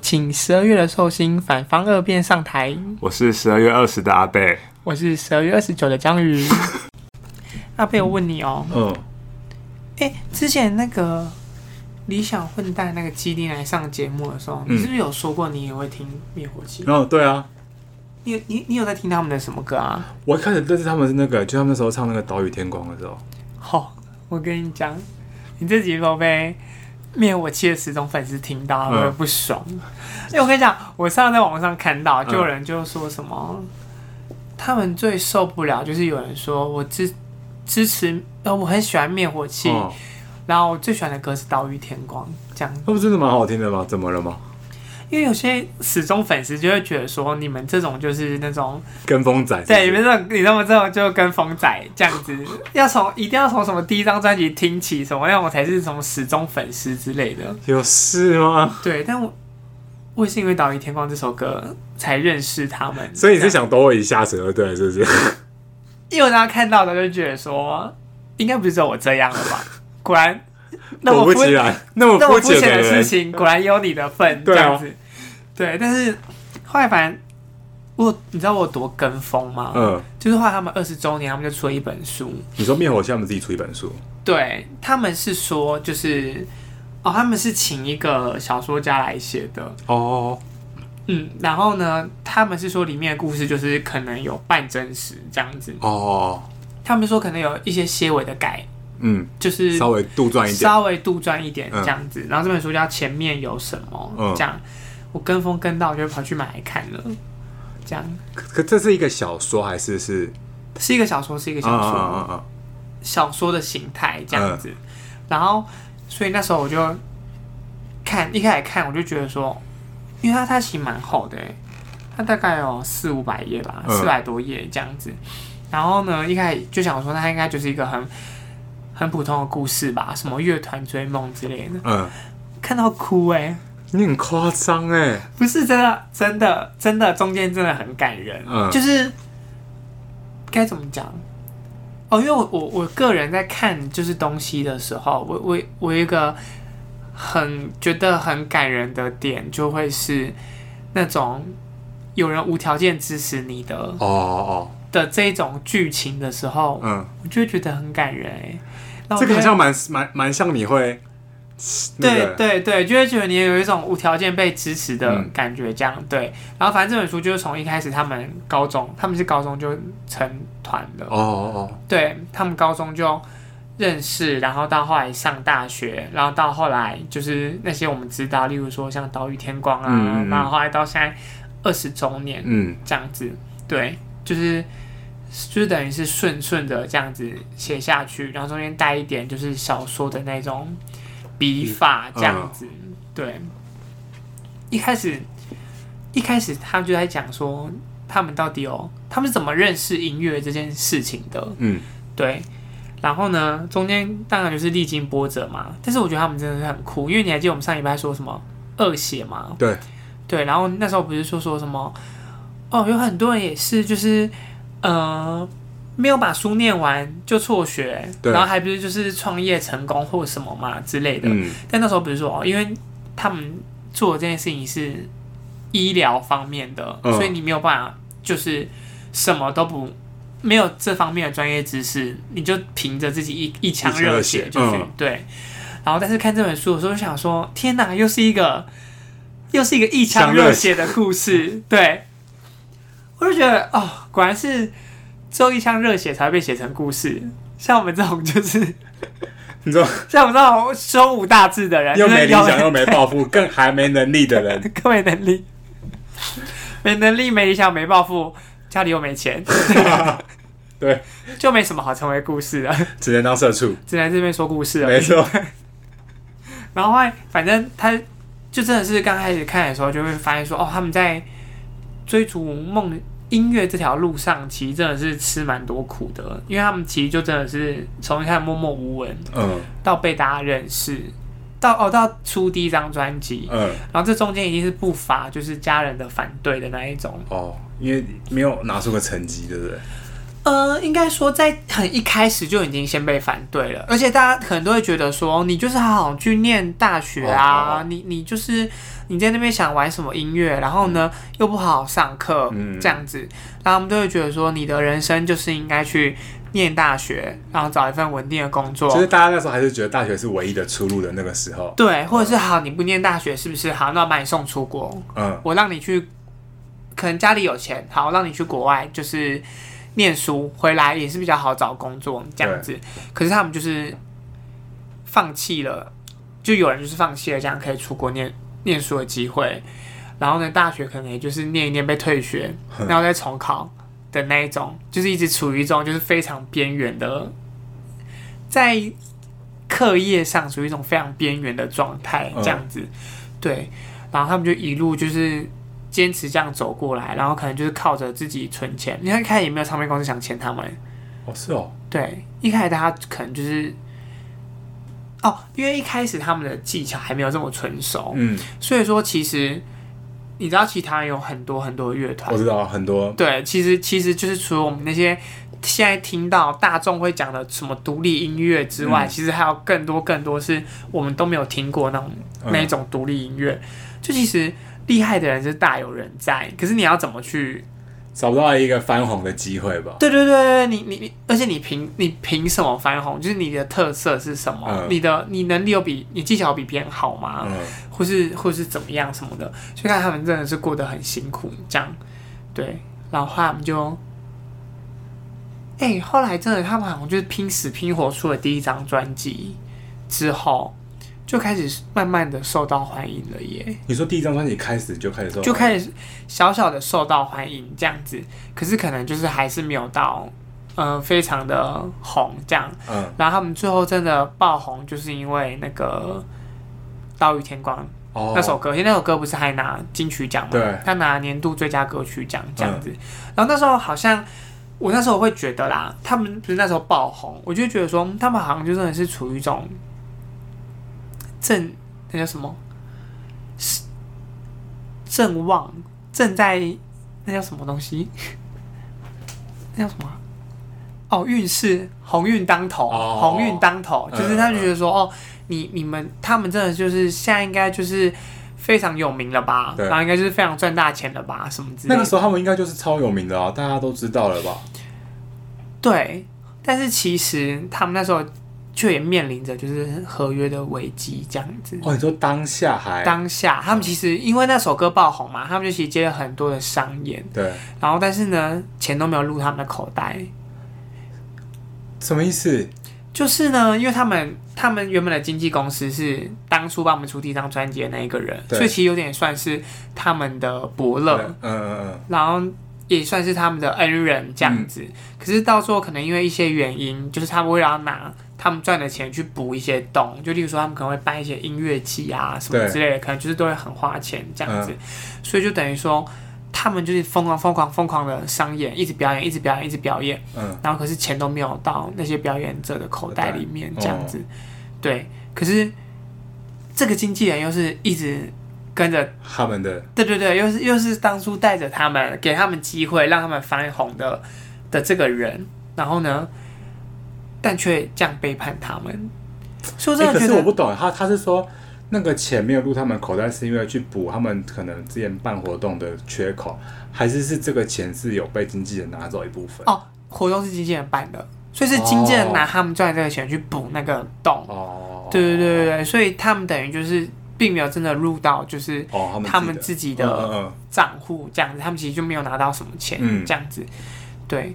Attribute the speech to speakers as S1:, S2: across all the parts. S1: 请十二月的寿星反方二辩上台。
S2: 我是十二月二十的阿贝。
S1: 我是十二月二十九的章 鱼。阿贝，我问你哦，
S2: 嗯，
S1: 哎、之前那个理想混蛋那个基地来上节目的时候，你是不是有说过你也会听灭火器？
S2: 哦，对啊，
S1: 你有你你有在听他们的什么歌啊？
S2: 我一开始认识他们是那个，就他们那时候唱那个《岛屿天光》的时候。
S1: 好、我跟你讲，你这集都被灭火器的死忠粉丝听到，会
S2: 嗯
S1: 不会不爽？哎、我跟你讲，我上次在网上看到，就有人就说什么，他们最受不了就是有人说我支支持，呃，我很喜欢灭火器，
S2: 哦，
S1: 然后我最喜欢的歌是《岛屿天光》这样。
S2: 他们真的蛮好听的吗？怎么了吗？
S1: 因为有些死忠粉丝就会觉得说，你们这种就是那种，
S2: 跟风仔是不是
S1: 对，你们这种，你他们这种就跟风仔这样子，要从一定要从什么第一张专辑听起，什么样我才是什么死忠粉丝之类的。
S2: 有事吗？
S1: 对，但我我也是因为《岛屿天光》这首歌才认识他们，
S2: 所以你是
S1: 这样，
S2: 想躲我一下子，对了，是不是？
S1: 因为我当时看到的就觉得说，应该不是只有我这样了吧？ 果然，那
S2: 果
S1: 我
S2: 不
S1: 不
S2: 其然，那么
S1: 那么肤
S2: 浅
S1: 浅的
S2: 人
S1: 事，情，果然有你的份，
S2: 对
S1: 这
S2: 啊
S1: 样子。对，但是后来反正我，你知道我有多跟风吗？
S2: 嗯，
S1: 就是后来他们二十周年，他们就出了一本书。
S2: 你说灭火器他们自己出一本书，
S1: 对，他们是说就是哦，他们是请一个小说家来写的。
S2: 哦，
S1: 嗯，然后呢，他们是说里面的故事就是可能有半真实这样子。
S2: 哦，
S1: 他们说可能有一些些微的改，
S2: 嗯，
S1: 就是
S2: 稍微杜撰一点，
S1: 稍微杜撰一点
S2: 嗯
S1: 这样子。然后这本书叫《前面有什么》
S2: 嗯
S1: 这样我跟风跟到，我就跑去买来看了。这样
S2: 可可这是一个小说还是是
S1: 是一个小说，是一个小说，
S2: 啊！
S1: 小说的形态这样子。然后，所以那时候我就看，一开始看我就觉得说，因为它它其实蛮厚的欸，它大概有四五百页吧，
S2: 嗯
S1: 四百多页这样子。然后呢，一开始就想说，它应该就是一个很很普通的故事吧，什么乐团追梦之类的，
S2: 嗯，
S1: 看到哭哎、
S2: 你很夸张哎，
S1: 不是真的，真的，真的，中间真的很感人，
S2: 嗯
S1: 就是该怎么讲？哦，因为我我我个人在看就是东西的时候，我我我有一个很觉得很感人的点，就会是那种有人无条件支持你的
S2: 哦哦，
S1: 的这种剧情的时候，
S2: 嗯，
S1: 我就会觉得很感人、欸。然后
S2: 这
S1: 我就
S2: 个好
S1: 会
S2: 像蛮蛮蛮像你会，那
S1: 对
S2: 个，
S1: 对对，就会觉得你有一种无条件被支持的
S2: 嗯
S1: 感觉，这样、对。然后反正这本书就是从一开始他们高中，他们是高中就成团的，
S2: 哦哦
S1: 对他们高中就认识，然后到后来上大学，然后到后来就是那些我们知道，例如说像岛屿天光啊，
S2: 嗯嗯嗯
S1: 然后后来到现在二十周年
S2: 哦，嗯，
S1: 这样子，对，就是。就是等于是顺顺的这样子写下去，然后中间带一点就是小说的那种笔法这样子。对，一开始一开始他们就在讲说他们到底有他们是怎么认识音乐这件事情的。
S2: 嗯，
S1: 对，然后呢，中间当然就是历经波折嘛，但是我觉得他们真的是很酷，因为你还记得我们上礼拜说什么恶血嘛？
S2: 对，
S1: 对，然后那时候不是说说什么哦，有很多人也是就是呃没有把书念完就辍学，
S2: 对
S1: 然后还不是就是创业成功或什么嘛之类的。
S2: 嗯，
S1: 但那时候不是说哦，因为他们做的这件事情是医疗方面的，
S2: 嗯
S1: 所以你没有办法就是什么都不没有这方面的专业知识，你就凭着自己一一腔热
S2: 一腔热血
S1: 就去、
S2: 嗯
S1: 对。然后，但是看这本书的时候，就想说，天哪，又是一个又是一个一腔热血的故事，对。我就觉得哦，果然是只有一腔热血才会被写成故事，像我们这种就是
S2: 你说
S1: 像我们这种胸无大志的人，
S2: 又没理
S1: 就是
S2: 想
S1: 有
S2: 又没抱 负，更还没能力的人，
S1: 更没能力，没能力、没理想、没抱负，家里又没钱，
S2: 对，
S1: 就没什么好成为故事的，
S2: 只能当社畜，
S1: 只能这边说故事了。
S2: 没错，
S1: 然后后来，反正他就真的是刚开始看的时候，就会发现说，哦，他们在追逐梦音乐这条路上，其实真的是吃蛮多苦的，因为他们其实就真的是从一开始默默无闻，
S2: 嗯
S1: 到被大家认识，到哦到出第一张专辑，
S2: 嗯，
S1: 然后这中间一定是不乏就是家人的反对的那一种，
S2: 哦，因为没有拿出个成绩，对不对？
S1: 呃，应该说在很一开始就已经先被反对了，而且大家可能都会觉得说，哦你就是好好去念大学啊，
S2: 哦哦
S1: 你你就是你在那边想玩什么音乐，然后呢、又不好好上课，
S2: 嗯
S1: 这样子，然后我们都会觉得说，你的人生就是应该去念大学，然后找一份稳定的工作，
S2: 就是大家那时候还是觉得大学是唯一的出路的那个时候，
S1: 对，或者是好，你不念大学是不是？好，那我把你送出国，
S2: 嗯，
S1: 我让你去，可能家里有钱，好让你去国外，就是念书回来也是比较好找工作这样子。可是他们就是放弃了，就有人就是放弃了这样可以出国念念书的机会。然后呢，大学可能也就是念一念被退学，然后再重考的那一种，就是一直处于一种就是非常边缘的，在课业上属于一种非常边缘的状态
S2: 嗯
S1: 这样子。对，然后他们就一路就是坚持这样走过来，然后可能就是靠着自己存钱。你看，一开始也没有唱片公司想签他们，
S2: 哦是哦，
S1: 对，一开始大家可能就是。哦，因为一开始他们的技巧还没有这么纯熟，
S2: 嗯，
S1: 所以说其实你知道，其他人有很多很多乐团
S2: 我，知道很多，
S1: 对，其实其实就是除了我们那些现在听到大众会讲的什么独立音乐之外，
S2: 嗯
S1: 其实还有更多更多是我们都没有听过那种
S2: 嗯
S1: 那一种独立音乐。就其实厉害的人是大有人在，可是你要怎么去？
S2: 找不到一个翻红的机会吧，
S1: 对对对，你你你，而且你凭你凭什么翻红？就是你的特色是什么？
S2: 嗯
S1: 你的你能力有比你技巧有比别人好吗？
S2: 嗯，
S1: 或是或是怎么样什么的，就看他们真的是过得很辛苦这样，对，然后后来我们就，哎、后来真的他们好像就是拼死拼活出了第一张专辑之后，就开始慢慢的受到欢迎了耶，
S2: 你说第一张专辑开始就开始说，
S1: 就开始小小的受到欢迎这样子，可是可能就是还是没有到，呃，非常的红这样，
S2: 嗯，
S1: 然后他们最后真的爆红，就是因为那个《岛屿天光》
S2: 哦，
S1: 那首歌，因为那首歌不是还拿金曲奖嘛？
S2: 对嗯
S1: 他拿年度最佳歌曲奖这样子。然后那时候好像我那时候会觉得啦，他们不是那时候爆红，我就觉得说嗯他们好像就真的是处于一种正那叫什么？是正旺正在那叫什么东西？ 那叫什么啊？哦，运势鸿运当头，
S2: 哦
S1: 鸿运当头，就是他就觉得说，哦，你你们他们真的就是现在应该就是非常有名了吧，
S2: 对
S1: 然后应该就是非常赚大钱了吧，什么之类
S2: 那
S1: 的
S2: 个。时候他们应该就是超有名的啊，大家都知道了吧？
S1: 对，但是其实他们那时候却也面临着就是合约的危机这样子。
S2: 哦，你说当下还
S1: 当下他们其实因为那首歌爆红嘛，他们就其实接了很多的商演，
S2: 对，
S1: 然后但是呢，钱都没有入他们的口袋。
S2: 什么意思？
S1: 就是呢，因为他们他们原本的经纪公司是当初帮我们出第一张专辑的那一个人，
S2: 对
S1: 所以其实有点算是他们的伯乐，
S2: 嗯嗯
S1: 然后也算是他们的恩人这样子。可是到最后可能因为一些原因，就是他们为了要拿他们赚的钱去补一些洞，就例如说他们可能会办一些音乐季啊什么
S2: 对
S1: 之类的，可能就是都会很花钱这样
S2: 嗯
S1: 子，所以就等于说。他们就是疯狂、疯狂、疯狂的商演，一直表演，一直表演，一直表演，
S2: 嗯嗯，
S1: 然后可是钱都没有到那些表演者的口袋里面，
S2: 口袋
S1: 这样子。对，可是这个经纪人又是一直跟着，
S2: 他们的
S1: 对对对，又是又是当初带着他们，给他们机会，让他们翻红的的这个人，然后呢，但却这样背叛他们。所以我
S2: 欸
S1: 真
S2: 可
S1: 的觉
S2: 是我
S1: 得，
S2: 不懂，他他是说那个钱没有入他们口袋，是因为去补他们可能之前办活动的缺口，还是是这个钱是有被经纪人拿走一部分？
S1: 哦，活动是经纪人办的，所以是经纪人
S2: 哦
S1: 拿他们赚的这个钱去补那个洞。
S2: 哦，
S1: 对对对对对，所以他们等于就是并没有真的入到就是
S2: 哦，他们
S1: 他们
S2: 自
S1: 自己
S2: 己
S1: 的。
S2: 嗯嗯
S1: 账户这样子，他们其实就没有拿到什么钱，
S2: 嗯
S1: 这样子。对，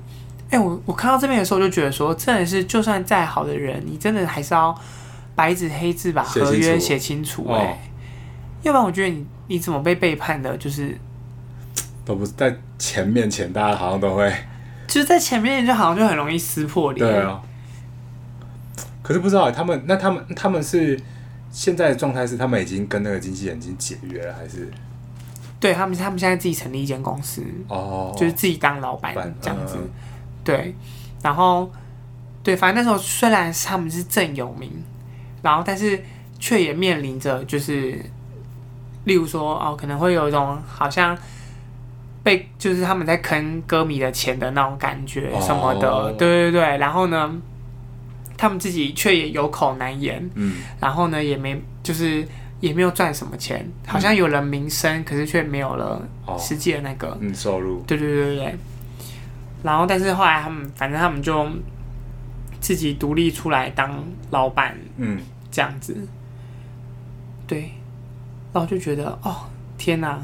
S1: 哎、我我看到这边的时候就觉得说，真的是就算再好的人，你真的还是要白纸黑字把
S2: 写清
S1: 合
S2: 楚
S1: 约写清楚、
S2: 哦
S1: 哎、要不然我觉得你你怎么被背叛的，就是
S2: 嗯都不是在钱面前，大家好像都会
S1: 就是在前面就好像就很容易撕破脸，
S2: 对啊。可是不知道他们那他们他们是现在的状态是他们已经跟那个经纪人已经解约了，还是
S1: 对他们他们现在自己成立一间公司，
S2: 哦，
S1: 就是自己当老板
S2: 办
S1: 这样子，
S2: 嗯
S1: 对，然后对，反正那时候虽然是他们是正有名，然后但是却也面临着就是，例如说哦，可能会有一种好像被就是他们在坑歌迷的钱的那种感觉
S2: 哦
S1: 什么的，对对对。然后呢，他们自己却也有口难言，
S2: 嗯，
S1: 然后呢也没就是也没有赚什么钱，好像有了名声，可是却没有了
S2: 嗯哦，
S1: 实际的那个，
S2: 嗯，收入，
S1: 对对对对对。然后但是后来他们反正他们就自己独立出来当老板，
S2: 嗯，
S1: 这样子。对，然后就觉得哦，天哪、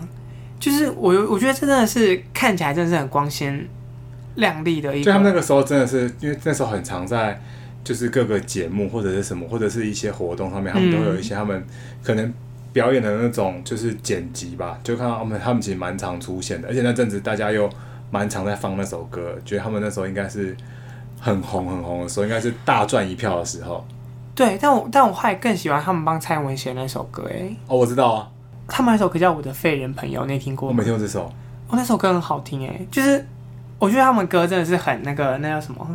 S1: 就是我我觉得这真的是看起来真的是很光鲜亮丽的一
S2: 就
S1: 个
S2: 他，们那个时候真的是，因为那时候很常在就是各个节目或者是什么，或者是一些活动上面，他们
S1: 嗯
S2: 都会有一些他们可能表演的那种就是剪辑吧，就看到他们他们其实蛮常出现的，而且那阵子大家又蛮常在放那首歌，觉得他们那时候应该是很红很红的时候，应该是大赚一票的时候。
S1: 对，但我但我后来更喜欢他们帮蔡文写那首歌，哎，
S2: 哦，我知道啊，
S1: 他们那首歌叫《我的废人朋友》，你也听过
S2: 我
S1: 吗
S2: 没？听过这首，
S1: 哦，那首歌很好听，哎，就是我觉得他们歌真的是很那个那叫什么，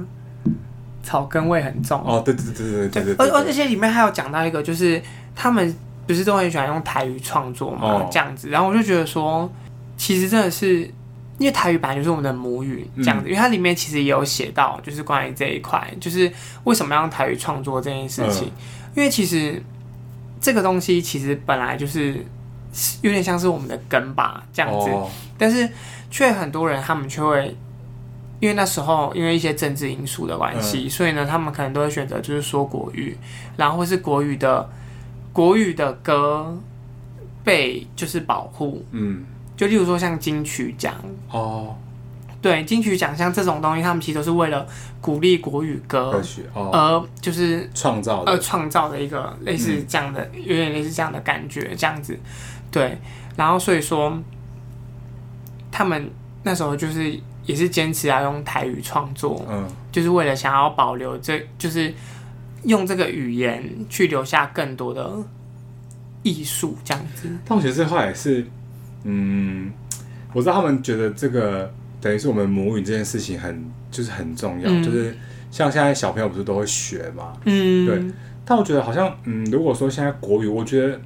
S1: 草根味很重，
S2: 哦，对对对对
S1: 对
S2: 对对，对
S1: 而而
S2: 对，
S1: 且里面还有讲到一个，就是他们不是都很喜欢用台语创作嘛，
S2: 哦
S1: 这样子。然后我就觉得说，其实真的是因为台语本来就是我们的母语
S2: 嗯
S1: 这样子，因为它里面其实也有写到，就是关于这一块，就是为什么要用台语创作这件事情，
S2: 嗯
S1: 因为其实这个东西其实本来就是有点像是我们的根吧，这样子。
S2: 哦
S1: 但是却很多人他们却会，因为那时候因为一些政治因素的关系，所以呢，他们可能都会选择就是说国语，然后或是国语的国语的歌被就是保护，
S2: 嗯，
S1: 就例如说像金曲奖，
S2: 哦，
S1: 对金曲奖像这种东西，他们其实都是为了鼓励国语
S2: 歌
S1: 歌
S2: 曲哦，
S1: 而就是
S2: 创造
S1: 呃
S2: 的，嗯
S1: 创造的一个类似这样的，有点类似这样的感觉，这样子，对。然后所以说，他们那时候就是也是坚持要用台语创作，
S2: 嗯，
S1: 就是为了想要保留这，就是用这个语言去留下更多的艺术，这样子。
S2: 但我觉得这话也是，嗯，我知道他们觉得这个等于是我们母语这件事情很就是很重要，
S1: 嗯
S2: 就是像现在小朋友不是都会学嘛，
S1: 嗯，
S2: 对但我觉得好像，嗯，如果说现在国语，我觉得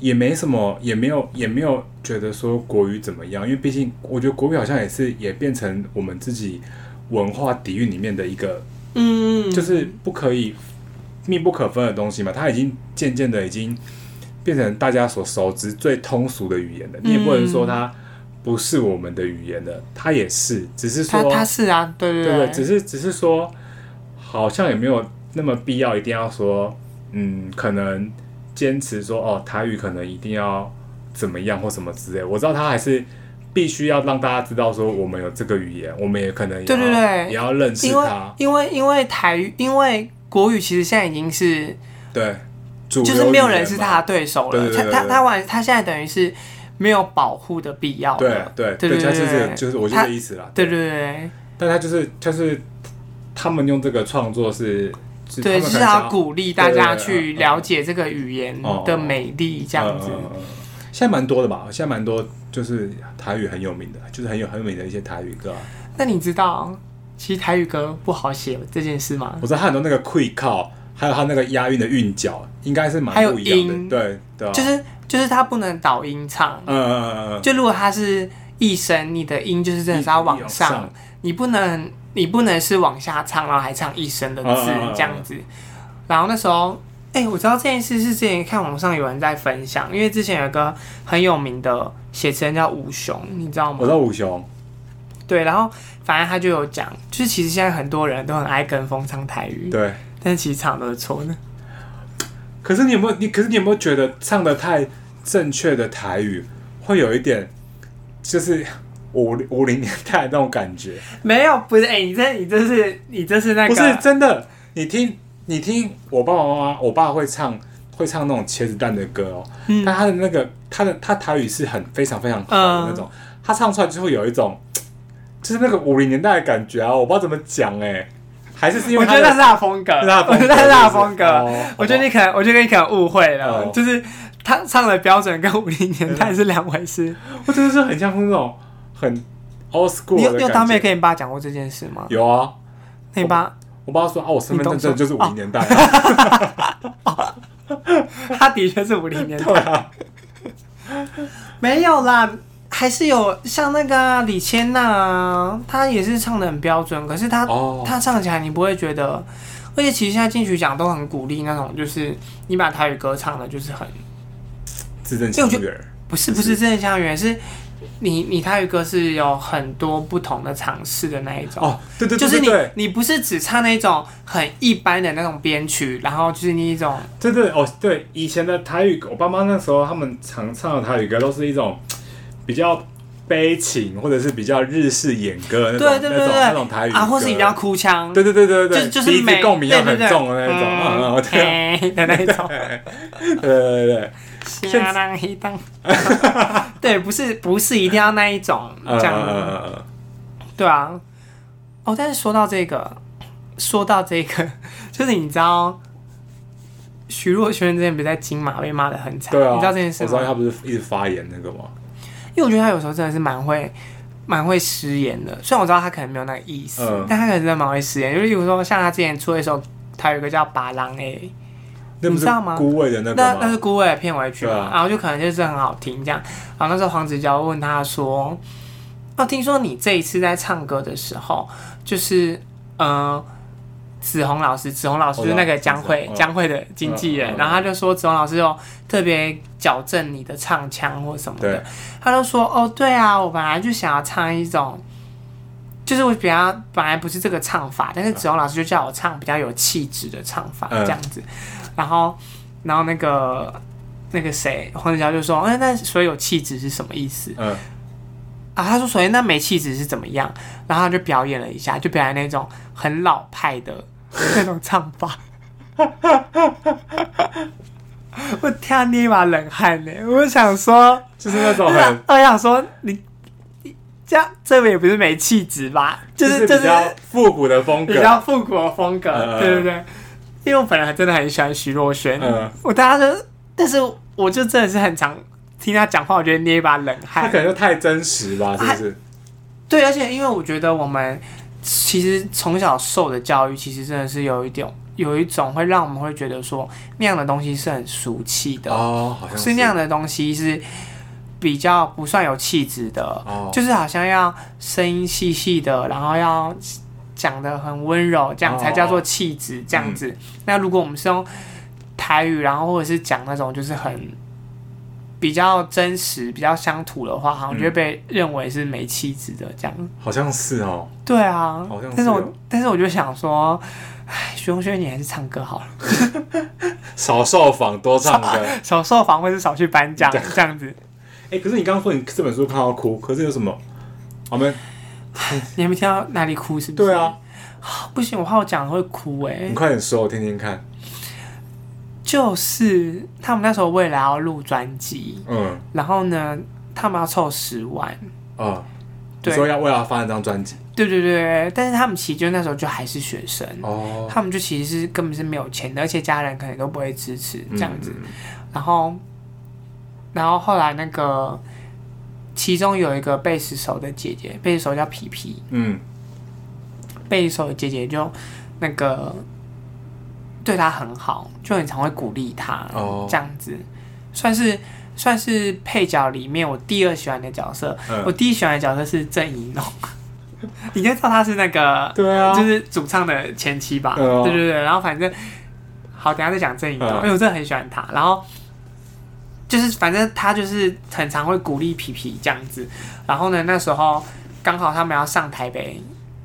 S2: 也没什么，也没有也没有觉得说国语怎么样，因为毕竟我觉得国语好像也是也变成我们自己文化底蕴里面的一个
S1: 嗯，
S2: 就是不可以密不可分的东西嘛，它已经渐渐的已经变成大家所熟知最通俗的语言了。你也不能说它不是我们的语言了，它也是，只是说
S1: 他他是啊，对对
S2: 对不对？只是只是说，好像也没有那么必要一定要说，嗯，可能坚持说哦，台语可能一定要怎么样或什么之类。我知道他还是。必须要让大家知道，说我们有这个语言，我们也可能也要
S1: 对对对
S2: 也要认识
S1: 因为
S2: 它，
S1: 因为因为台语，因为国语其实现在已经是
S2: 对，主
S1: 就是
S2: 流
S1: 没有
S2: 语言
S1: 人是
S2: 嘛
S1: 他的对手了。
S2: 对对对对
S1: 他他
S2: 对
S1: 他完，他现在等于是没有保护的必要
S2: 对
S1: 了。
S2: 对
S1: 对对
S2: 对，他就是这
S1: 对
S2: 个就是我就
S1: 他
S2: 这意思啦。
S1: 对对对对
S2: 但他就是就是他们用这个创作是，是
S1: 对，
S2: 他
S1: 就
S2: 们
S1: 是
S2: 可能想
S1: 要鼓励大家
S2: 对对对
S1: 去
S2: 嗯嗯哦
S1: 了解这个语言的美丽，这样子。
S2: 嗯嗯嗯嗯现在蛮多的吧，现在蛮多就是台语很有名的，就是很有很有名的一些台语歌啊、
S1: 那你知道其实台语歌不好写这件事吗？
S2: 我知道他很多那个 quick call，还有他那个押韵的韵脚，应该是蛮
S1: 还有
S2: 不一样
S1: 音
S2: 的。对对啊、
S1: 就是就是它不能倒音唱，
S2: 嗯嗯嗯嗯嗯，
S1: 就如果它是一声，你的音就是真的是要往上，你不能你不能是往下唱，然后还唱一声的字
S2: 嗯嗯嗯嗯
S1: 这样子。然后那时候，哎、我知道这件事是之前看网上有人在分享，因为之前有一个很有名的写词人叫吴雄，你知道
S2: 我知
S1: 吗？
S2: 道五雄，
S1: 对，然后反正他就有讲，就是其实现在很多人都很爱跟风唱台语，
S2: 对。
S1: 但是其实唱的都是错的。
S2: 可是你有没有你？可是你有没有觉得唱的太正确的台语会有一点，就是五五零年代那种感觉？
S1: 没有，不是，哎、你这你这是你这是那
S2: 不
S1: 个
S2: 是真的，你听你听，我爸爸妈妈，我爸会唱会唱那种茄子蛋的歌哦，
S1: 嗯
S2: 但他的那个他的他台语是很非常非常好的那种，
S1: 嗯
S2: 他唱出来就会有一种就是那个五零年代的感觉啊，我不知道怎么讲哎、还是是因
S1: 我
S2: 为
S1: 觉
S2: 他
S1: 得
S2: 的
S1: 那是他的风格，
S2: 是他的
S1: 我觉
S2: 风格
S1: 得那是他的
S2: 是不是
S1: 风格。
S2: 哦
S1: 我觉得你可能，我觉得你可能误会了，
S2: 哦
S1: 就是他唱的标准跟五零年代是两回事。
S2: 哦我真的是很像那种很 old school
S1: 你有
S2: 的
S1: 你有当
S2: 感
S1: 面
S2: 觉。
S1: 跟你爸讲过这件事吗？
S2: 有啊，
S1: 那你爸
S2: 我爸说啊，我身份证真的就是五
S1: 你懂什么
S2: 零年代、啊，
S1: 他的确是五零年代，没有啦，还是有像那个啊、李千娜啊，她也是唱的很标准，可是她
S2: 哦，
S1: 她唱起来你不会觉得，而且其实现在金曲奖都很鼓励那种，就是你把台语歌唱的就是很
S2: 字正
S1: 这
S2: 腔
S1: 我觉
S2: 圆。
S1: 不是不是真的像原是你你台语歌是有很多不同的尝试的那一种。
S2: 哦，对对
S1: 就
S2: 对
S1: 是
S2: 对
S1: 你
S2: 对，，
S1: 你不是只唱那种很一般的那种编曲，然后就是你一种
S2: 对对哦，对，以前的台语歌，我爸妈那时候他们常唱的台语歌都是一种比较悲情，或者是比较日式演歌那种
S1: 对对对
S2: 那种
S1: 对
S2: 那种台语歌
S1: 啊，或是比较哭腔，
S2: 对对对对对，
S1: 就就
S2: 鼻
S1: 是
S2: 子
S1: 美
S2: 共鸣要很
S1: 对对对
S2: 重的那种，嗯嗯，对啊
S1: 嗯嘿的那种，
S2: 对对对对，
S1: 瞎当黑当， 对，不是不是一定要那一种
S2: 嗯
S1: 这样
S2: 嗯
S1: 子，
S2: 嗯嗯嗯
S1: 对啊。哦，但是说到这个，说到这个， 就是你知道，徐若瑄之前不是在金马被骂的很惨，
S2: 对啊，
S1: 你知道这件事
S2: 我知道
S1: 吗？
S2: 他不是一直发言那个吗？
S1: 因为我觉得她有时候真的是蛮会。蛮会失言的，虽然我知道她可能没有那个意思，
S2: 嗯
S1: 但她可能真的蛮会失言。就例如说，像她之前出了一首，她有一个叫《巴郎 A》，
S2: 那不
S1: 你
S2: 是
S1: 知道吗
S2: 孤味的那个
S1: 那
S2: 吗？
S1: 那是孤味的片尾曲嘛，
S2: 对啊
S1: 然后就可能就是很好听这样。然后那时候黄子佼问他说：“哦，听说你这一次在唱歌的时候，就是嗯、呃子红老师，子红老
S2: 哦
S1: 师就是那个江
S2: 我知
S1: 蕙
S2: 道
S1: 江蕙的经纪人，
S2: 啊嗯嗯嗯
S1: 然后他就说子红老师有特别矫正你的唱腔或什么的
S2: 对，
S1: 他就说哦，对啊，我本来就想要唱一种。”就是我比较本来不是这个唱法，但是子红老师就叫我唱比较有气质的唱法
S2: 嗯
S1: 这样子，然后然后那个那个谁黄子佼就说，哎、那所以有气质是什么意思
S2: 嗯，
S1: 啊？他说，所以那没气质是怎么样？然后他就表演了一下，就表演那种很老派的那种唱法。 我天，啊捏一把冷汗呢！我想说，
S2: 就是那种
S1: 我想
S2: 哦很
S1: 我想说你。这样，这个也不是没气质吧？就是就
S2: 比
S1: 是
S2: 较复古的风
S1: 比
S2: 格，
S1: 较复古的风格，
S2: 嗯嗯嗯
S1: 对对对。因为我本来真的很喜欢徐若瑄，
S2: 嗯
S1: 我大家都，但是我就真的是很常听她讲话，我觉得捏一把冷
S2: 他
S1: 汗
S2: 可。能就太真实吧，是不是？
S1: 对，而且因为我觉得我们其实从小受的教育，其实真的是有一点，有一种会让我们会觉得说那样的东西是很俗气的，
S2: 哦，好像
S1: 是那样的东西是比较不算有气质的，
S2: 哦，
S1: 就是好像要声音细细的，然后要讲的很温柔，这样
S2: 哦
S1: 才叫做气质，这样
S2: 嗯
S1: 子。那如果我们是用台语，然后或者是讲那种就是很比较真实、比较乡土的话，好像
S2: 嗯
S1: 就会被认为是没气质的这样。
S2: 好像是哦，
S1: 对啊，
S2: 好像是哦
S1: 但是我但是我就想说，唉，徐宏轩，你还是唱歌好了，
S2: 少受访多唱歌。哎、
S1: 少受访或是少去颁 奖这样子。
S2: 可是你刚刚说你这本书看到哭，可是有什么？我们
S1: 你还没听到哪里哭是不是？
S2: 对，啊，
S1: 不行，我怕我讲了会哭哎、
S2: 你快点说，我听听看。
S1: 就是他们那时候为了要录专辑，
S2: 嗯
S1: 然后呢，他们要凑十万，
S2: 啊，你
S1: 对
S2: 说要为了发那张专辑
S1: 对对对，但是他们其实就那时候就还是学生，
S2: 哦，
S1: 他们就其实是根本是没有钱的，而且家人可能都不会支持
S2: 嗯
S1: 这样子。然后，然后后来那个，其中有一个贝斯手的姐姐，贝斯手叫皮皮，
S2: 嗯，
S1: 贝斯手的姐姐就那个对她很好，就很常会鼓励她，
S2: 哦
S1: 这样子算是算是配角里面我第二喜欢的角色。
S2: 嗯
S1: 我第一喜欢的角色是郑怡农， 你应该知道她是那个，
S2: 对啊，
S1: 就是主唱的前妻吧？
S2: 对啊
S1: 对对对，然后反正好，等一下再讲郑怡农，
S2: 嗯
S1: 因为我真的很喜欢她。然后就是反正她就是很常会鼓励皮皮这样子。然后呢，那时候刚好他们要上台北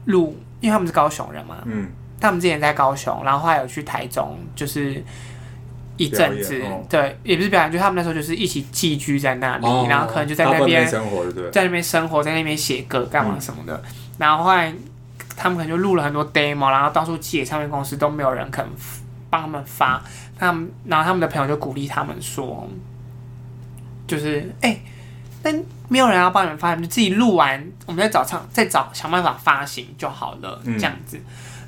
S1: 录，因为他们是高雄人嘛，
S2: 嗯
S1: 他们之前在高雄，然后后来有去台中，就是一阵子
S2: 表，演哦
S1: 对，也不是表演，就他们那时候就是一起寄居在那里，
S2: 哦，
S1: 然后可能就在
S2: 大部
S1: 那
S2: 分
S1: 边
S2: 生活，对不对？
S1: 在那边生活，在那边写歌干嘛什么的。然后后来他们可能就录了很多 demo，然后到处寄给唱片公司，都没有人肯帮他们发。他们然后他们的朋友就鼓励他们说，就是哎、但没有人要帮你们发，你们就自己录完，我们再找唱，再找想办法发行就好了，
S2: 嗯
S1: 这样子。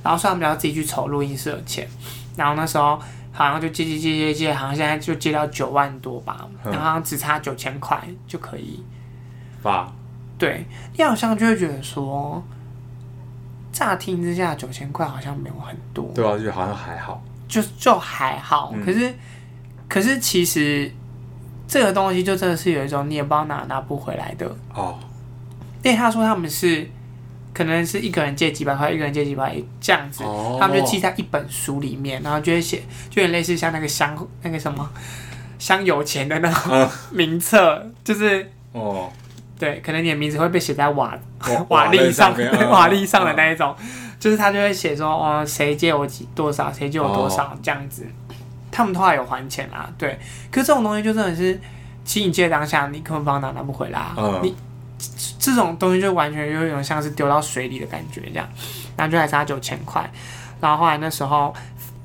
S1: 然后所以他们要自己去筹录音室的钱。然后那时候好像就借借借借借，好像现在就借到九万多吧，
S2: 嗯
S1: 然后好像只差九千块就可以。
S2: 发
S1: 对，你好像就会觉得说，乍听之下九千块好像没有很多，
S2: 对啊，就好像还好，
S1: 就就还好。
S2: 嗯
S1: 可是，可是其实这个东西就真的是有一种你也不知道拿拿不回来的。
S2: 哦，
S1: 因为他说他们是可能是一个人借几百块，一个人借几百这样子，
S2: 哦
S1: 他们就记在一本书里面，然后就会写，就有点类似像那个香那个什么香有钱的那
S2: 啊
S1: 种名册，就是
S2: 哦，
S1: 对，可能你的名字会被写在瓦
S2: 瓦
S1: 瓦
S2: 瓦砾
S1: 砾
S2: 上
S1: 上
S2: 面嗯
S1: 瓦砾上的那一种，就是他就会写说哦，谁借我几多少，谁借我多
S2: 哦
S1: 少、这样子。他们的话有还钱啊，对。可是这种东西就真的是，其实你借当下你根本帮拿拿不回来、啊，
S2: 嗯
S1: 你这种东西就完全有一种像是丢到水里的感觉这样，然后就还差九千块。然后后来那时候，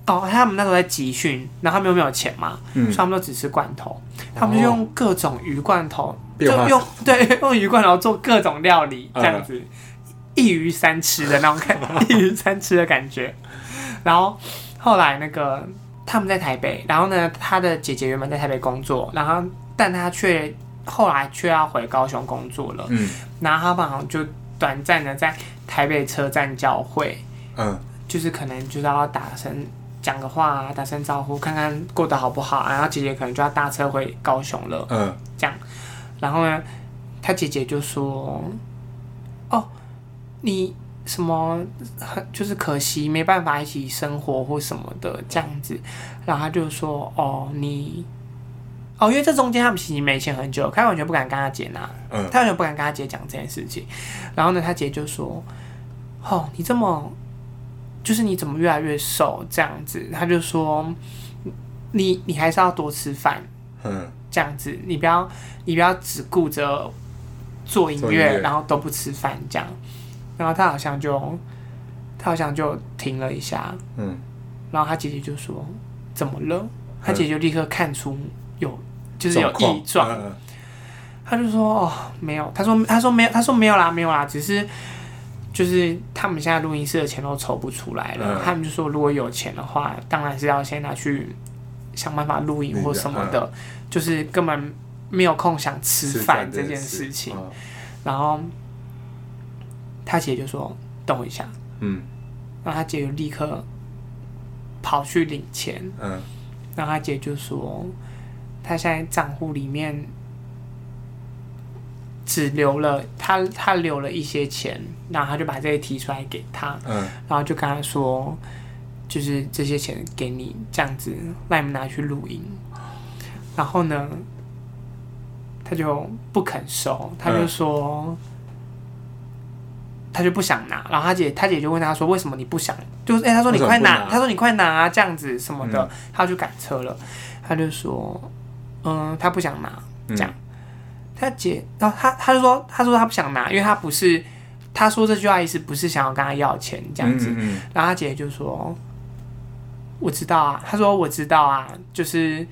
S1: 哦，他们那时候在集训，然后他们又没有钱嘛，所
S2: 嗯
S1: 以，他们都只吃罐头，他们就用各种鱼罐头，就
S2: 变化
S1: 用对用鱼罐头做各种料理，这样子、一鱼三吃的那种感，一鱼三吃的感觉。然后后来那个他们在台北，然后呢，他的姐姐原本在台北工作，然后但他却后来却要回高雄工作了，
S2: 嗯
S1: 然后他们好像就短暂的在台北车站交会，
S2: 嗯
S1: 就是可能就是要打声讲个话、啊，打声招呼，看看过得好不好、啊。然后姐姐可能就要搭车回高雄了，
S2: 嗯，
S1: 这样。然后呢，他姐姐就说：“哦，你什么很就是可惜没办法一起生活或什么的这样子。”然后他就说：“哦，你。”哦，因为这中间他们其实没钱很久，他完全不敢跟他姐拿，
S2: 嗯
S1: 他完全不敢跟他姐讲这件事情。然后呢，他姐就说：“哦，你这么，就是你怎么越来越瘦这样子？”他就说：“你你还是要多吃饭，
S2: 嗯，
S1: 这样子，你不要你不要只顾着做音
S2: 做音
S1: 乐，
S2: 乐
S1: 然后都不吃饭这样。然后他好像就他好像就停了一下，
S2: 嗯，
S1: 然后他姐姐就说怎么了？他姐姐就立刻看出有就是有
S2: 状况
S1: 异状，
S2: 嗯嗯
S1: 他就说哦没有，他说他说没有，他说没有啦没有啦，只是就是他们现在录音室的钱都筹不出来了，
S2: 嗯
S1: 他们就说如果有钱的话，当然是要先拿去想办法录音或什么的，就是根本没有空想吃饭这件事情。，
S2: 啊
S1: 然后他姐就说等我一下，
S2: 嗯
S1: 然后他姐就立刻跑去领钱，
S2: 嗯
S1: 然后他姐就说，他现在账户里面只留了他他留了一些钱，然后他就把这些提出来给他，
S2: 嗯
S1: 然后就跟他说，就是这些钱给你这样子，让你们拿去录音。然后呢，他就不肯收，他
S2: 嗯
S1: 就说。他就不想拿，然后他姐他姐就问他说：“为什么你不想？”就是哎、他说你快
S2: 为什么不拿嗯
S1: 他说你快拿啊，这样子什么的，他就赶车了。他就说：“嗯，他不想拿。”
S2: 嗯，
S1: 这样他姐，然后他他就说，他说他不想拿，因为他不是，他说这句话意思不是想要跟他要钱这样子。
S2: 嗯，嗯
S1: 然后他姐就说，我知道啊，他说我知道啊，就是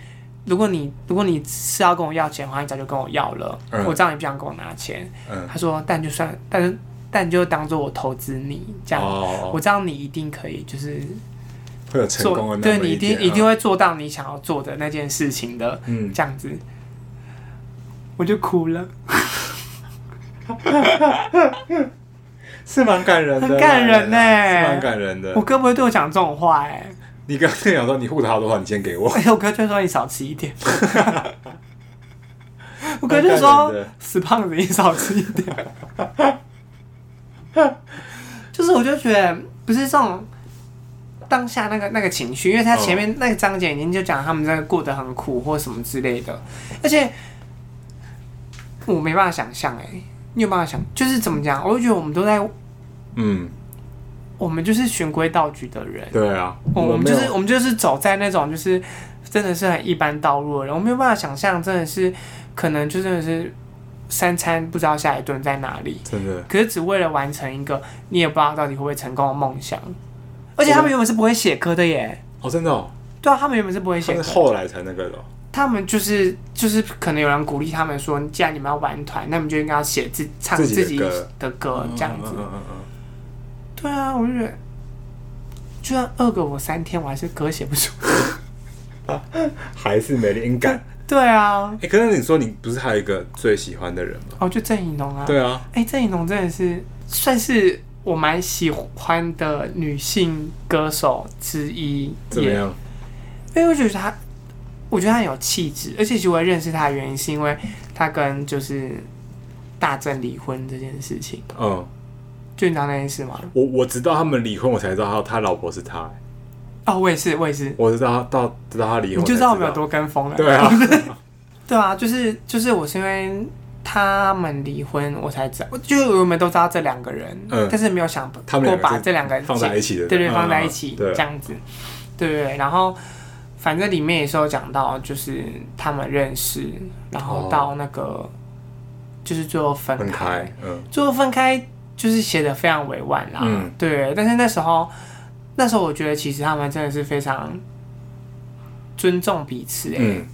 S1: 如果你如果你是要跟我要钱的话，你早就跟我要了，
S2: 嗯
S1: 我知道你不想跟我拿钱。
S2: 嗯
S1: 他说，但就算，但是但就当做我投资你这
S2: 嗯，
S1: 样。
S2: 哦，
S1: 我知道你一定可以，就是
S2: 会有成功
S1: 做，
S2: 的
S1: 对
S2: 那么
S1: 你一定
S2: 点
S1: 一定
S2: 嗯
S1: 会做到你想要做的那件事情的。
S2: 嗯，
S1: 这样子，我就哭了，
S2: 是蛮感人的啦，
S1: 很感人呢
S2: 是蛮感人的
S1: 我。哥不会对我讲这种话哎、
S2: 你刚刚讲说你护他多少，你先给我，
S1: 而且我哥就说你少吃一点，我哥
S2: 蛮
S1: 就
S2: 感
S1: 说
S2: 人的
S1: 死胖子你少吃一点， 就是我就觉得不是这种当下那个那个情绪，因为他前面那个章节已经就讲他们在过得很苦或什么之类的，而且我没办法想象哎、你有办法想就是怎么讲？我就觉得我们都在，
S2: 嗯，
S1: 我们就是循规蹈矩的人。
S2: 对啊，
S1: 我我们
S2: 没
S1: 哦就
S2: 有
S1: 是我们就是走在那种就是真的是很一般道路的人，我没有办法想象真的是可能就真的是三餐不知道下一顿在哪里，
S2: 真的，
S1: 可是只为了完成一个你也不知道到底会不会成功的梦想，而且他们原本是不会写歌的耶，
S2: 哦，真的哦，
S1: 对啊，他们原本是不会
S2: 他
S1: 写
S2: 们
S1: 歌
S2: 是，后来才那个的哦，
S1: 他们就是就是可能有人鼓励他们说，既然你们要玩团，那你们就应该要写自唱
S2: 自己的
S1: 自己
S2: 歌
S1: 的歌哦这样子
S2: 嗯，嗯嗯嗯
S1: 对啊，我就觉得。就算饿个我三天，我还是歌写不出。
S2: 嗯，还是没灵感。
S1: 对啊，
S2: 哎，可是你说你不是还有一个最喜欢的人吗？
S1: 哦，就郑怡农啊。
S2: 对啊，
S1: 哎、郑怡农真的是算是我蛮喜欢的女性歌手之一，
S2: 怎么
S1: 也
S2: 样？
S1: 因为我觉得她，我觉得他很有气质，而且其实我认识他的原因是因为他跟就是大正离婚这件事情，
S2: 嗯，
S1: 就你知道那件事吗？
S2: 我我直到他们离婚，我才知道他他老婆是他、欸
S1: 哦，我也是，我也是，
S2: 我知道他到直到他离
S1: 你
S2: 婚，
S1: 就
S2: 知
S1: 知道我们有多跟风了。
S2: 对啊，
S1: 对啊，就是就是我是因为他们离婚，我才知道，就是我们都知道这两个人，
S2: 嗯
S1: 但是没有想
S2: 他们
S1: 过
S2: 两个
S1: 把
S2: 是
S1: 这两个人
S2: 放在一起的，
S1: 对对，
S2: 嗯
S1: 放在一起、
S2: 对
S1: 这样子，对对对。然后反正里面也是有讲到，就是他们认识，然后
S2: 哦
S1: 到那个、就是最后分
S2: 分
S1: 开，
S2: 开，嗯
S1: 最后分开就是写的非常委婉啦，
S2: 嗯
S1: 对。但是那时候那时候我觉得其实他们真的是非常尊重彼此、欸，
S2: 嗯，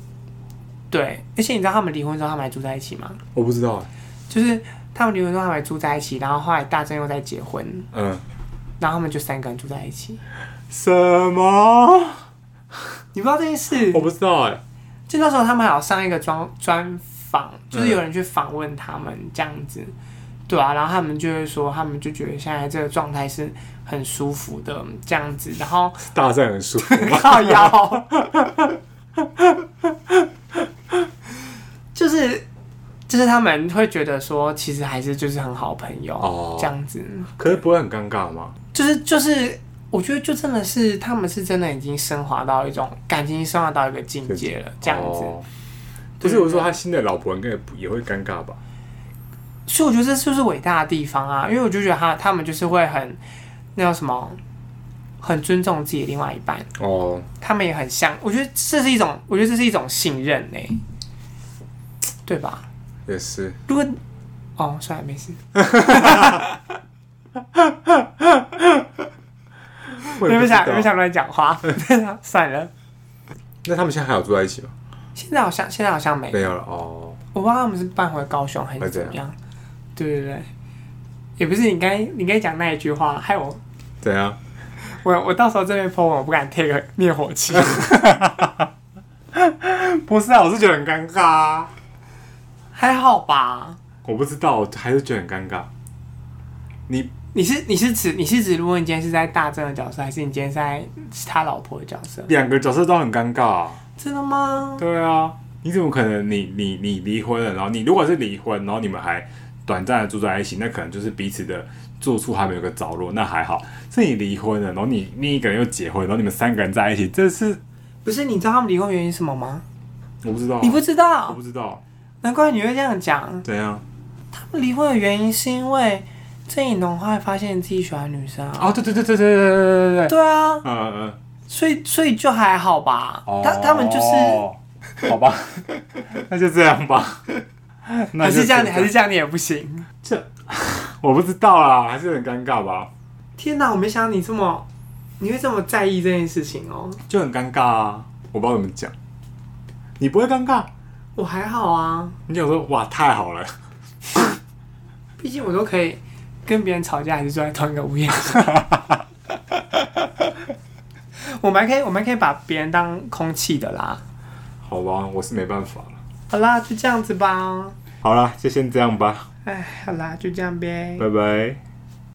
S1: 对。而且你知道他们离婚之后他们还住在一起吗？
S2: 我不知道欸，
S1: 就是他们离婚之后他们还住在一起，然后后来大正又在结婚，
S2: 嗯，
S1: 然后他们就三个人住在一起。
S2: 什么？
S1: 你不知道这件事？
S2: 我不知道哎，
S1: 就那时候他们还有上一个专专访，就是有人去访问他们这样子，对啊，然后他们就会说，他们就觉得现在这个状态是很舒服的这样子，然后
S2: 是大战很舒服 吗？
S1: 靠腰， 就是就是他们会觉得说，其实还是就是很好朋友、
S2: 哦
S1: 这样子，
S2: 可是不会很尴尬吗？
S1: 就是就是。我觉得就真的是他们是真的已经升华到一种感情，升华到一个境界了，这样子。
S2: 哦不是我说他新的老婆应该也不也会尴尬吧？
S1: 所以我觉得这就是伟大的地方啊，因为我就觉得他他们就是会很那叫什么，很尊重自己的另外一半，
S2: 哦，
S1: 他们也很像，我觉得这是一种，我觉得这是一种信任呢、对吧？
S2: 也是，
S1: 如果哦，算了，没事，
S2: 我
S1: 你
S2: 也
S1: 们
S2: 不知
S1: 想你们
S2: 道。
S1: 想啊乱讲 话，对啊算了。
S2: 那他们现在还有住在一起吗？
S1: 现在好像现在好像没，
S2: 没有了哦。
S1: 我不知道他们是搬回高雄还是怎么样，对
S2: 啊
S1: 对对，也不是你该你该讲那一句话，害我
S2: 怎样？
S1: 我我到时候这边泼我不敢 take 灭火器。
S2: 不是啊，我是觉得很尴尬啊。
S1: 还好吧？
S2: 我不知道，我还是觉得很尴尬。你
S1: 你是你是指你是指，如果你今天是在大正的角色，还是你今天是在是他老婆的角色？
S2: 两个角色都很尴尬啊、
S1: 真的吗？
S2: 对啊，你怎么可能你？你你离婚了，然后你如果是离婚，然后你们还短暂的住在一起，那可能就是彼此的住处还没有个着落，那还好。是你离婚了，然后你另一个人又结婚，然后你们三个人在一起，这是
S1: 不是，你知道他们离婚原因是什么吗？
S2: 我不知道啊，
S1: 你不知
S2: 我
S1: 道，
S2: 不知道
S1: 难怪你会这样讲。
S2: 怎样？
S1: 他们离婚的原因是因为郑颖龙后来发现自己喜欢女生啊。
S2: 哦，对对对对对对对对对，
S1: 对啊，
S2: 嗯嗯
S1: 所以所以就还好吧。
S2: 嗯，
S1: 他他们就是、
S2: 是哦好吧， 那就这样吧。那
S1: 还
S2: 就是
S1: 这样，
S2: 样
S1: 还是这样，你也不行。
S2: 这，我不知道啦，还是很尴尬吧，
S1: 天哪，我没想到你这么，你会这么在意这件事情哦。
S2: 就很尴尬啊，我不知道怎么讲。你不会尴尬？
S1: 我还好啊。
S2: 你想说哇，太好了，
S1: 毕竟我都可以跟别人吵架，还是坐在同一个屋檐下。 我们还可以，我们还可以把别人当空气的啦。
S2: 好吧，我是没办法了。
S1: 好啦，就这样子吧。
S2: 好啦，就先这样吧，
S1: 哎，好啦，就这样呗。
S2: 拜拜。